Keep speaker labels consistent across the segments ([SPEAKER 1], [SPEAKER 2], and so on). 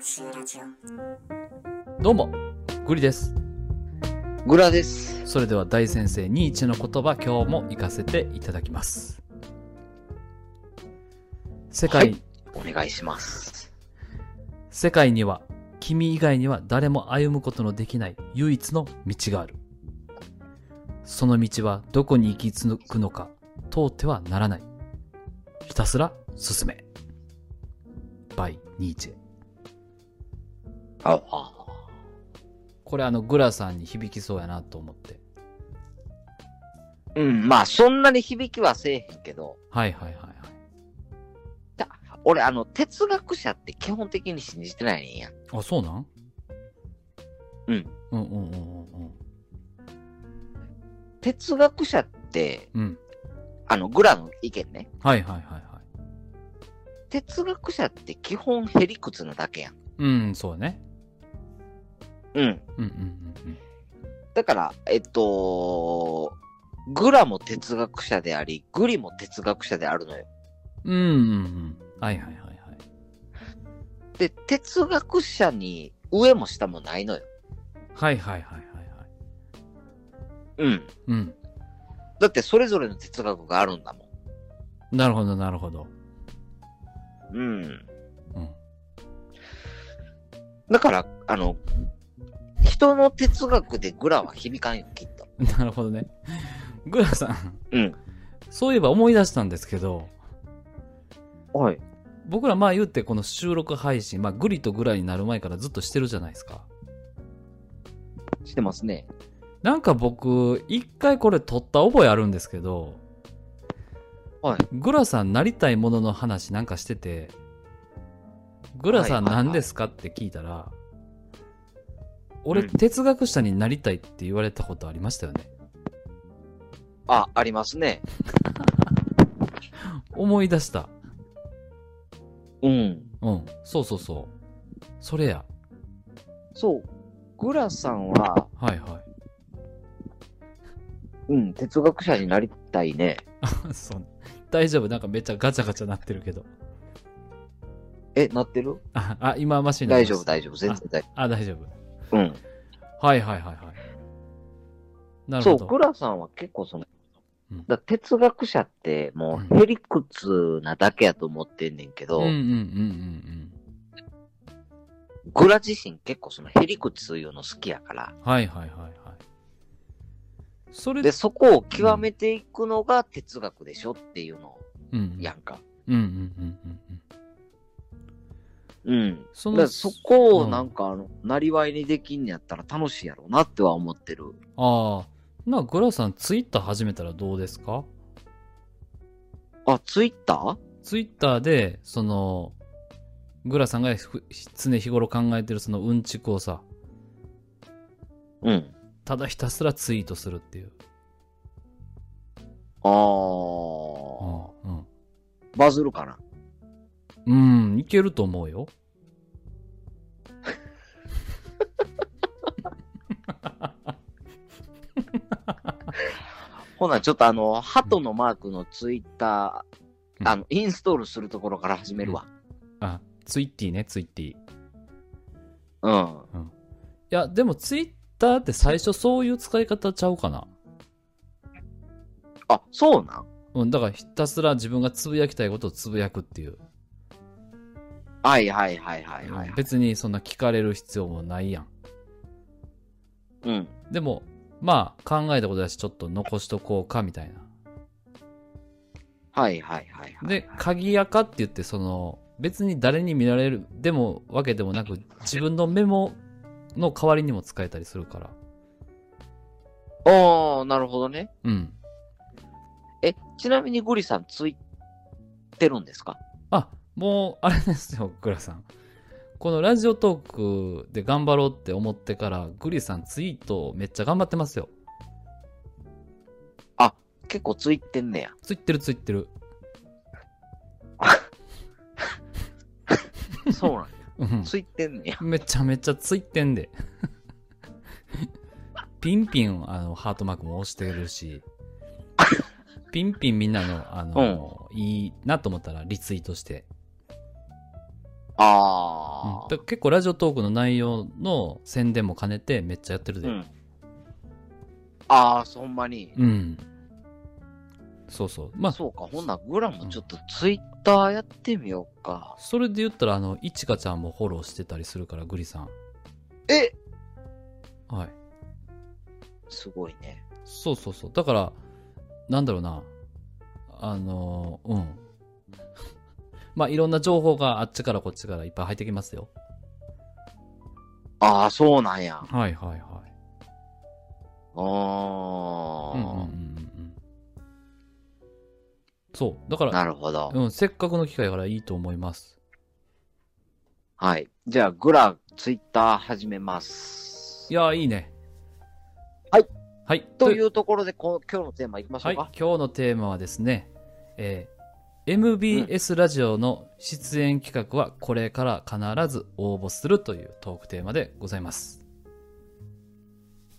[SPEAKER 1] シーラジオ
[SPEAKER 2] どうも、グリです。
[SPEAKER 3] グラです。
[SPEAKER 2] それでは大先生ニーチェの言葉今日も行かせていただきます。世界、
[SPEAKER 3] はいお願いします。
[SPEAKER 2] 世界には君以外には誰も歩むことのできない唯一の道がある。その道はどこに行き着くのか通ってはならない。ひたすら進め。バイ・ニーチェ。
[SPEAKER 3] あ、あ、
[SPEAKER 2] これあのグラさんに響きそうやなと思って。
[SPEAKER 3] うん、まあ、そんなに響きはせえへんけど、
[SPEAKER 2] はいはいはいはい。
[SPEAKER 3] 俺、あの、哲学者って基本的に信じてないねんや。
[SPEAKER 2] あ、そうなん
[SPEAKER 3] うん。
[SPEAKER 2] うんうんうんうん
[SPEAKER 3] 哲学者って、
[SPEAKER 2] うん。うん。
[SPEAKER 3] あの、グラの意見ね。
[SPEAKER 2] はいはいはいはい。
[SPEAKER 3] 哲学者って基本へりくつなだけやん。
[SPEAKER 2] うん、そうね。
[SPEAKER 3] う
[SPEAKER 2] うんう
[SPEAKER 3] ん。
[SPEAKER 2] んうん
[SPEAKER 3] だから、えっと、グラも哲学者であり、グリも哲学者であるのよ。
[SPEAKER 2] うん。うんうんうん。はいはいはいはい。
[SPEAKER 3] で、哲学者に上も下もないのよ。
[SPEAKER 2] はいはいはいはいはい。
[SPEAKER 3] うん。
[SPEAKER 2] うん。
[SPEAKER 3] だって、それぞれの哲学があるんだもん。
[SPEAKER 2] なるほどなるほど。
[SPEAKER 3] うん。
[SPEAKER 2] うん。
[SPEAKER 3] だから、あの、人の哲学でグラは響かんよ、きっと。
[SPEAKER 2] なるほどね。グラさん。
[SPEAKER 3] うん。
[SPEAKER 2] そういえば思い出したんですけど、
[SPEAKER 3] はい。
[SPEAKER 2] 僕らまあ言ってこの収録配信、まあグリとグラになる前からずっとしてるじゃないですか。
[SPEAKER 3] してますね。
[SPEAKER 2] なんか僕、一回これ撮った覚えあるんですけど、
[SPEAKER 3] はい
[SPEAKER 2] グラさんなりたいものの話なんかしてて、グラさん
[SPEAKER 3] はいはいはい
[SPEAKER 2] 何ですかって聞いたら、
[SPEAKER 3] う
[SPEAKER 2] 俺
[SPEAKER 3] ん
[SPEAKER 2] 哲学者になりたいって言われたことありましたよね。
[SPEAKER 3] あ、ありますね。
[SPEAKER 2] 思い出した。
[SPEAKER 3] うん。
[SPEAKER 2] うん。そうそうそう。それや。
[SPEAKER 3] そう。グラさんは、
[SPEAKER 2] はいは
[SPEAKER 3] うん、哲学者になりたいね。
[SPEAKER 2] い。 そう大丈夫なんかめっちゃガチャガチャなってるけど。
[SPEAKER 3] え、なってる
[SPEAKER 2] あ、あ今はマシにな
[SPEAKER 3] 大
[SPEAKER 2] りま
[SPEAKER 3] 丈夫、
[SPEAKER 2] した
[SPEAKER 3] 大丈夫、全然大丈
[SPEAKER 2] あ、大丈夫。
[SPEAKER 3] 夫。うん。
[SPEAKER 2] はいはいはいはい。なる
[SPEAKER 3] そ
[SPEAKER 2] ほ
[SPEAKER 3] う、
[SPEAKER 2] ど。
[SPEAKER 3] グラさんは結構その
[SPEAKER 2] うん、
[SPEAKER 3] だ哲学者っても
[SPEAKER 2] う
[SPEAKER 3] う、へりくつなだけやと思ってんねんけど、
[SPEAKER 2] うんうんうんうんうん。
[SPEAKER 3] グラ自身結構そのへりくついうの好きやから、
[SPEAKER 2] はいはいはいはい。それ
[SPEAKER 3] で、そこを極めていくのが哲学でしょっていうの
[SPEAKER 2] うん、
[SPEAKER 3] やんか。
[SPEAKER 2] うんうんうんうんうん。
[SPEAKER 3] うん。
[SPEAKER 2] そ
[SPEAKER 3] だ
[SPEAKER 2] の
[SPEAKER 3] からそこを
[SPEAKER 2] うん
[SPEAKER 3] なんか、あの、なりわいにできんやったら楽しいやろうなっては思ってる。
[SPEAKER 2] ああ、なあグラさんツイッター始めたらどうですか
[SPEAKER 3] あ、ツイッター
[SPEAKER 2] ツイッターで、その、グラさんがふ常日頃考えてるそのうんちくをさ、
[SPEAKER 3] うん。
[SPEAKER 2] ただひたすらツイートするっていう。
[SPEAKER 3] あ
[SPEAKER 2] う
[SPEAKER 3] ー、
[SPEAKER 2] んうん。
[SPEAKER 3] バズるかな。
[SPEAKER 2] うん、いけると思う よ。
[SPEAKER 3] ほな、ちょっとあの、鳩のマークのツイッタ
[SPEAKER 2] う
[SPEAKER 3] ー、
[SPEAKER 2] ん
[SPEAKER 3] あの、インストールするところから始めるわ。
[SPEAKER 2] あ、ツイッティね、ツイッティ。い
[SPEAKER 3] うん。
[SPEAKER 2] や、でもツイッターって最初そういう使い方ちゃうかな。
[SPEAKER 3] あ、そうなん
[SPEAKER 2] うん、だからひたすら自分がつぶやきたいことをつぶやくっていう。
[SPEAKER 3] はいはいはいはいはい。
[SPEAKER 2] 別にそんな聞かれる必要もないやん。
[SPEAKER 3] うん。
[SPEAKER 2] でも、まあ考えたことだし、ちょっと残しとこうかみたいな。
[SPEAKER 3] はいはいはいはい。
[SPEAKER 2] で、鍵垢って言って、その、別に誰に見られる、でも、わけでもなく、自分のメモの代わりにも使えたりするから。
[SPEAKER 3] おー、なるほどね。
[SPEAKER 2] うん。
[SPEAKER 3] え、ちなみにグリさんツイってるんですか
[SPEAKER 2] あ、もう、あれですよ、グラさん。このラジオトークで頑張ろうって思ってから、グリさんツイートめっちゃ頑張ってますよ。
[SPEAKER 3] 結構ツイってんねや。
[SPEAKER 2] ツイってるツイってる。
[SPEAKER 3] そうなんや。
[SPEAKER 2] うん。
[SPEAKER 3] ついてんねや。
[SPEAKER 2] めちゃめちゃついてんで。 ピンピン、あの、ハートマークも押してるし、ピンピンみんなの、あの、いいなと思ったらリツイートして。うん
[SPEAKER 3] あ
[SPEAKER 2] だから結構ラジオトークの内容の宣伝も兼ねてめっちゃやってる
[SPEAKER 3] ー。
[SPEAKER 2] で。
[SPEAKER 3] うん。ああ、そんまに。
[SPEAKER 2] うん。そうそう。まあ、
[SPEAKER 3] そうか、ほんならグラもちょっとツイッターやってみようか。
[SPEAKER 2] それで言ったら、あの、いちかちゃんもフォローしてたりするから、グリさん。
[SPEAKER 3] え
[SPEAKER 2] はい。
[SPEAKER 3] すごいね。
[SPEAKER 2] そうそうそう。だから、なんだろうな。あのーうん。 まあ、いろんな情報があっちからこっちからいっぱい入ってきますよ。
[SPEAKER 3] ああ、そうなんや。あ
[SPEAKER 2] はいはいはい。
[SPEAKER 3] あ、
[SPEAKER 2] うんうんうんうんうん。そう。だから、
[SPEAKER 3] なるほど。
[SPEAKER 2] うん、せっかくの機会やからいいと思います。
[SPEAKER 3] はい。じゃあ、グラ、ツイッター始めます。
[SPEAKER 2] いやー、いいね。
[SPEAKER 3] はい。
[SPEAKER 2] はい。
[SPEAKER 3] というところでこ、今日のテーマいきましょ
[SPEAKER 2] は
[SPEAKER 3] う
[SPEAKER 2] い、
[SPEAKER 3] か。
[SPEAKER 2] 今日のテーマはですね、えー MBS ラジオの出演企画はこれから必ず応募するというトークテーマでございます。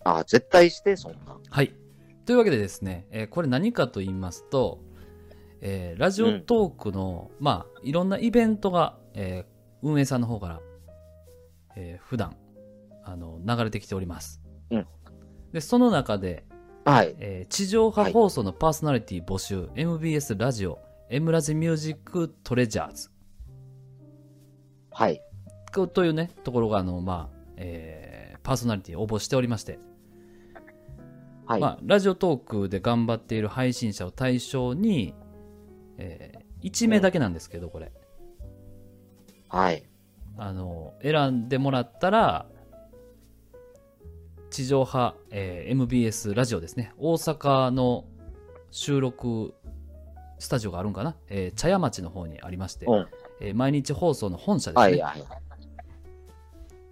[SPEAKER 3] ああ、絶対して、そんな。
[SPEAKER 2] はい。というわけでですね、えーこれ何かと言いますと、えーラジオトークの、まあ、いろんなイベントが、えー運営さんの方から、えー普段、あの、流れてきております。
[SPEAKER 3] うん
[SPEAKER 2] で、その中で、
[SPEAKER 3] はい。
[SPEAKER 2] えー地上波放送のパーソナリティ募集、MBS ラジオ M ラジミュージックトレジャーズ
[SPEAKER 3] はい。
[SPEAKER 2] というねところがあの、まあえーパーソナリティ応募しておりまして、
[SPEAKER 3] はい。
[SPEAKER 2] まあ、ラジオトークで頑張っている配信者を対象に、え1名だけなんですけどこれ
[SPEAKER 3] はい。
[SPEAKER 2] あの選んでもらったら地上波、えー MBS ラジオですね大阪の収録スタジオがあるんかな、えー茶屋町の方にありまして、
[SPEAKER 3] うん。
[SPEAKER 2] えー毎日放送の本社ですね、
[SPEAKER 3] はい、はい。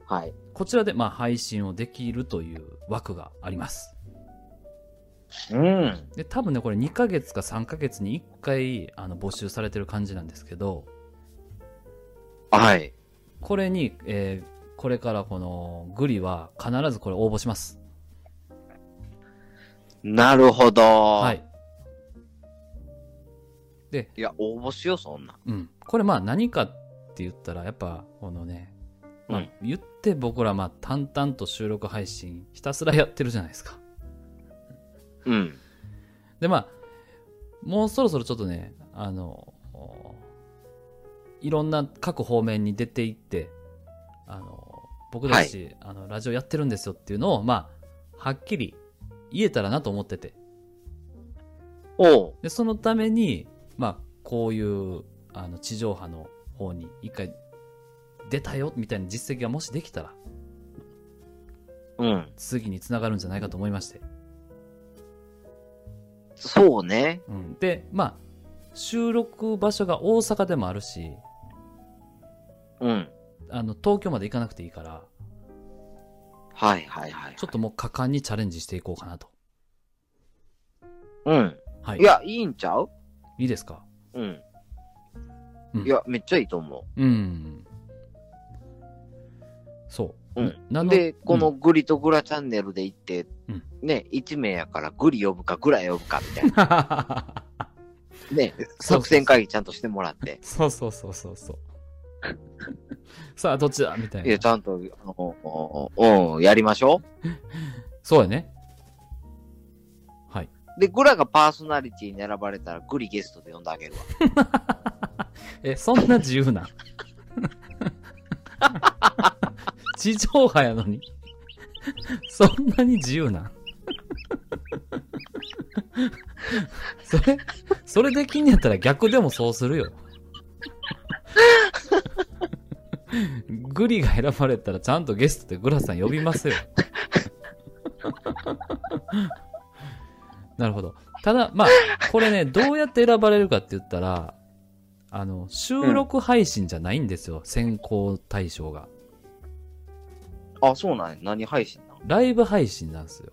[SPEAKER 3] はい。
[SPEAKER 2] こちらで、まあ、配信をできるという枠があります
[SPEAKER 3] うん。
[SPEAKER 2] で多分ねこれ2ヶ月か3ヶ月に1回あの募集されてる感じなんですけど
[SPEAKER 3] はい。
[SPEAKER 2] これに、えーこれからこのグリは必ずこれ応募します
[SPEAKER 3] なるほど。
[SPEAKER 2] は。
[SPEAKER 3] はいいや、応募しよう、そんな。
[SPEAKER 2] うん、これまあ何かって言ったらやっぱこのね、まあ
[SPEAKER 3] うん
[SPEAKER 2] 言って僕らまあ淡々と収録配信ひたすらやってるじゃないですか
[SPEAKER 3] うん。
[SPEAKER 2] でまあもうそろそろちょっとねあのいろんな各方面に出ていってあの僕たち、あのラジオやってるんですよっていうのをまあはっきり言えたらなと思ってて
[SPEAKER 3] おう。
[SPEAKER 2] でそのためにまあこういうあの地上波の方に一回出たよみたいな実績がもしできたら
[SPEAKER 3] うん。
[SPEAKER 2] 次につながるんじゃないかと思いまして、
[SPEAKER 3] そうね。
[SPEAKER 2] うん、でまあ収録場所が大阪でもあるし
[SPEAKER 3] うん。
[SPEAKER 2] あの東京まで行かなくていいから
[SPEAKER 3] はい、はい、はい。
[SPEAKER 2] ちょっともう果敢にチャレンジしていこうかなと
[SPEAKER 3] うん。
[SPEAKER 2] はい
[SPEAKER 3] いや、いいんちゃう
[SPEAKER 2] いいですか
[SPEAKER 3] うん
[SPEAKER 2] うん。
[SPEAKER 3] いや、めっちゃいいと思
[SPEAKER 2] うんそう、
[SPEAKER 3] うん
[SPEAKER 2] な
[SPEAKER 3] う。
[SPEAKER 2] の
[SPEAKER 3] で、この
[SPEAKER 2] うん
[SPEAKER 3] グリとグラチャンネルで行って
[SPEAKER 2] うん、
[SPEAKER 3] ね、1名やからグリ呼ぶかグラ呼ぶかみた いな。ね、
[SPEAKER 2] そう
[SPEAKER 3] 作戦会議ちゃんとしてもらって。
[SPEAKER 2] そうそうそうそうそう さあどっちだみたい
[SPEAKER 3] い
[SPEAKER 2] な
[SPEAKER 3] や、ちゃんと、あのうん、やりましょ
[SPEAKER 2] そうやね。はい。
[SPEAKER 3] う。で、グラがパーソナリティに選ばれたらグリゲストで呼んであげるわ。
[SPEAKER 2] え、そんな自由な。地上波やのに。そんなに自由な。それ、それできんねやったら逆でもそうするよ。グリが選ばれたらちゃんとゲストでグラさん呼びますよ。なるほど。ただ、まあ、これね、どうやって選ばれるかって言ったら、あの、収録配信じゃないんですよ、選考対象が。
[SPEAKER 3] あ、そうなんや。何配信なの
[SPEAKER 2] ライブ配信なんですよ。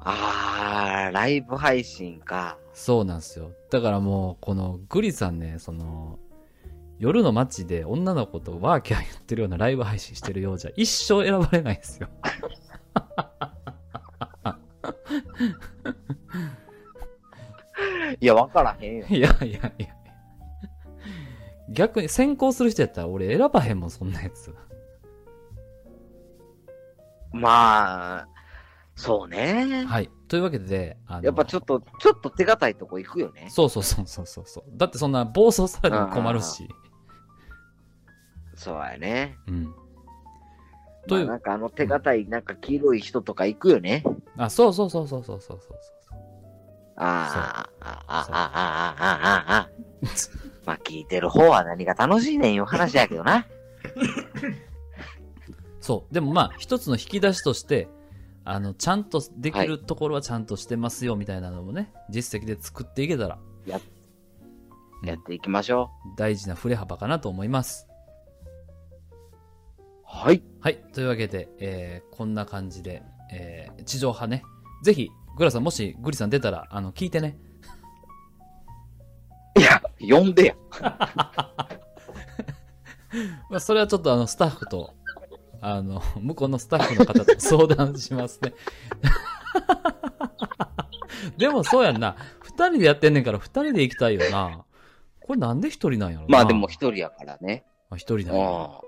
[SPEAKER 3] あー、ライブ配信か。
[SPEAKER 2] そうなんですよ。だからもう、このグリさんね、その、夜の街で女の子とワーキャー言ってるようなライブ配信してるようじゃ一生選ばれないんです よ。
[SPEAKER 3] いや、わからへんよ。
[SPEAKER 2] いやいやいや。逆に先行する人やったら俺選ばへんもん、そんなやつ。
[SPEAKER 3] まあ、そうね。
[SPEAKER 2] はい。というわけで、あの
[SPEAKER 3] やっぱちょっと、ちょっと手堅いとこ行くよね。
[SPEAKER 2] そうそうそうそうそうそう。だってそんな暴走されても困るし。
[SPEAKER 3] そうやね。
[SPEAKER 2] うん。と
[SPEAKER 3] ま
[SPEAKER 2] い
[SPEAKER 3] あ、
[SPEAKER 2] う、
[SPEAKER 3] なんかあの手堅い、なんか黄色い人とか行くよね。
[SPEAKER 2] あ、そうそうそうそうそうそうそう
[SPEAKER 3] ああ、ああ、ああ、ああ、ああ、ああ。まあ聞いてる方は何が楽しいねんいう話やけど な。
[SPEAKER 2] そう。でもまあ、一つの引き出しとして、あの、ちゃんとできるところはちゃんとしてますよ、みたいなのもね、実績で作っていけたら
[SPEAKER 3] やっていきましょ
[SPEAKER 2] 大事な振れ幅かなと思います。
[SPEAKER 3] う。はい。
[SPEAKER 2] はい。というわけで、えーこんな感じで、えー地上波ね。ぜひ、グラさん、もしグリさん出たら、あの、聞いてね。
[SPEAKER 3] いや、呼んでや。
[SPEAKER 2] まあ、それはちょっとあの、スタッフと、あの、 向こうのスタッフの方と相談しますね。 でもそうやんな。二人でやってんねんから二人で行きたいよな。これなんで一人なんやろな
[SPEAKER 3] まあでも一人やからね。
[SPEAKER 2] まあ一人
[SPEAKER 3] う
[SPEAKER 2] だ
[SPEAKER 3] ん。
[SPEAKER 2] よ。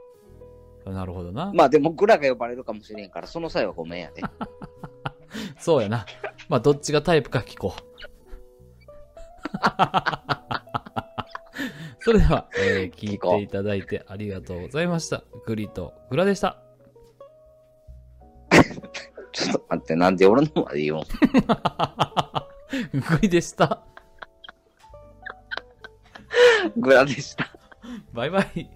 [SPEAKER 2] なるほど な。
[SPEAKER 3] まあでもグラが呼ばれるかもしれんから、その際はごめんやで。
[SPEAKER 2] そうやな。まあ、どっちがタイプか聞こう。 それでは、えー聞い
[SPEAKER 3] 聞こう
[SPEAKER 2] ていただいてありがとうございました。グリとグラでした。
[SPEAKER 3] ちょっと待って、なんで俺のまで言おう。
[SPEAKER 2] グリでした。
[SPEAKER 3] グラでした。
[SPEAKER 2] バイバイ。